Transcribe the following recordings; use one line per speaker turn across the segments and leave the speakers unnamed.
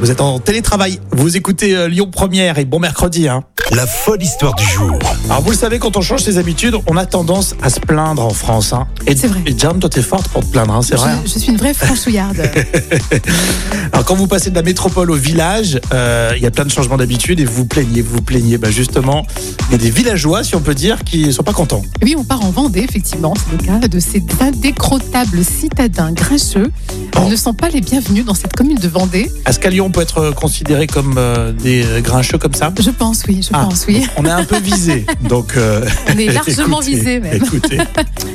Vous êtes en télétravail, vous écoutez euh, Lyon Première et bon mercredi. Hein.
La folle histoire du jour.
Alors vous le savez, quand on change ses habitudes, on a tendance à se plaindre en France. Hein. Et,
C'est vrai.
Et Jam, toi t'es forte pour te plaindre, hein, c'est vrai. hein.
Je, je suis une vraie franchouillarde.
Alors quand vous passez de la métropole au village, euh, il y a plein de changements d'habitude et vous vous plaignez, vous vous plaignez. Bah justement, il y a des villageois, si on peut dire, qui sont pas contents.
oui, on part en Vendée, effectivement. C'est le cas de ces indécrottables citadins grincheux.
Oh.
On ne sent pas les bienvenus dans cette commune de Vendée.
Est-ce qu'à Lyon on peut être considéré comme euh, des euh, grincheux comme ça
Je pense, oui, je
Ah.
pense, oui.
On est un peu visé, donc... euh,
On est largement
écoutez,
visé, même.
Écoutez,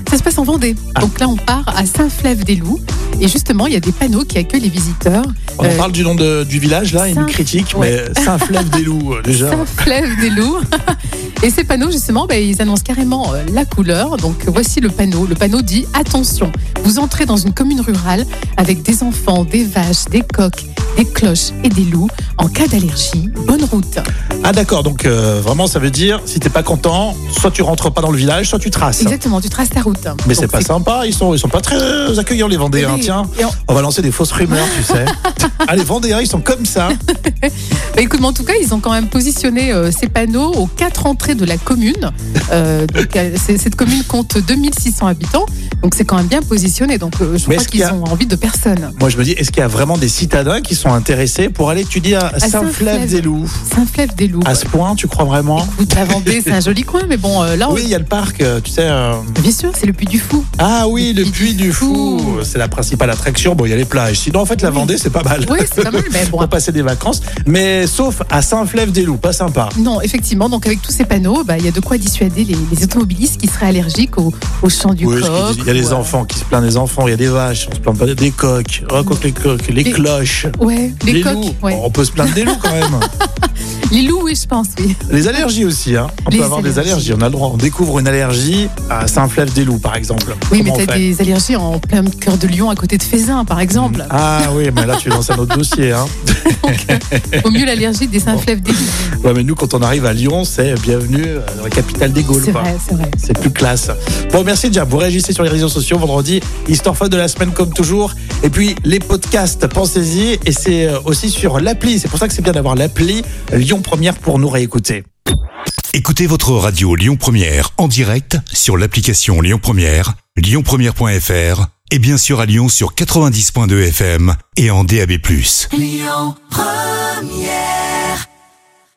Ça se passe en Vendée.
Ah.
Donc là, on part à Saint-Flève-des-Loups. Et justement, il y a des panneaux qui accueillent les visiteurs.
on
Euh,
parle du nom de- du village là, il nous
Saint-
critique,
ouais.
mais Saint-Fleuve-des-Loups, euh, déjà...
Saint-Flève-des-Loups. Et ces panneaux, justement, ben, ils annoncent carrément euh, la couleur. Donc euh, voici le panneau. Le panneau dit attention, vous entrez dans une commune rurale avec des enfants, des vaches, des coqs, des cloches et des loups. En cas d'allergie, bonne route.
Ah d'accord, donc euh, vraiment ça veut dire si t'es pas content, soit tu rentres pas dans le village, soit tu traces.
Exactement, tu traces ta route.
Mais
Donc,
c'est pas sympa, ils sont, ils sont pas très accueillants les Vendéens,
Oui.
tiens.
Et en-
On va lancer des fausses rumeurs, tu sais. Ah les Vendéens, ils sont comme ça.
Bah, écoute, mais en tout cas, ils ont quand même positionné euh, ces panneaux aux quatre entrées de la commune. Euh, donc, euh, c'est- cette commune compte 2600 habitants, donc c'est quand même bien positionné. Donc, euh, je crois
Mais est-ce qu'il y
qu'ils
a-
ont envie de personne.
Moi je me dis, est-ce qu'il y a vraiment des citadins qui sont intéressés pour aller étudier à Saint-Flève-des-Loups
Saint-Flève-des-Loups.
À ce point, tu crois vraiment
Écoute, la Vendée, c'est un joli coin, mais bon, euh, là, on-
Oui, il y a le parc, euh, tu sais. euh,
bien sûr, c'est le Puy du Fou.
Ah oui, le
Le
Puy
Puy
du
du
Fou,
Fou.
c'est la principale attraction. Bon, il y a les plages. Sinon, en fait, la
Oui.
Vendée, c'est pas mal.
Oui, c'est pas mal, mais bon.
Pour passer des vacances, mais sauf à Saint-Flève-des-Loups, pas sympa.
Non, effectivement, donc avec tous ces panneaux, bah, il y a de quoi dissuader les, les automobilistes qui seraient allergiques au, au chant du
Oui, ce qu'ils
coq.
disent. il y a
ou,
les
euh,
enfants qui se plaignent des enfants, il y a des vaches, on se plaint pas des coqs, oh, quoi que les coqs, les
Les-
cloches,
Ouais, les,
les
coqs.
loups. Oh.
ouais.
On peut se plaindre des loups quand même.
Les loups, oui, je pense, oui.
les allergies aussi, hein. On
Les
peut avoir des
allergies.
allergies, on a le droit. On découvre une allergie à Saint-Flève des loups, par exemple.
Oui,
Comment
mais
on
t'as
fait
des allergies en plein cœur de Lyon, à côté de Faisin, par exemple.
Ah oui, mais là tu lances un autre dossier. Hein.
Au mieux l'allergie des Saint-Flève des Loups.
Ouais, mais nous quand on arrive à Lyon, c'est bienvenue euh, dans la capitale des Gaules.
C'est
quoi.
vrai, c'est vrai.
C'est plus classe. Bon, merci Jam. Vous réagissez sur les réseaux sociaux vendredi. Histoire fun de la semaine comme toujours. Et puis les podcasts, pensez-y. Et c'est euh, aussi sur l'appli. C'est pour ça que c'est bien d'avoir l'appli Lyon Première pour nous réécouter.
Écoutez votre radio Lyon Première en direct sur l'application Lyon Première, lyonpremière.fr et bien sûr à Lyon sur 90.2 FM et en DAB+.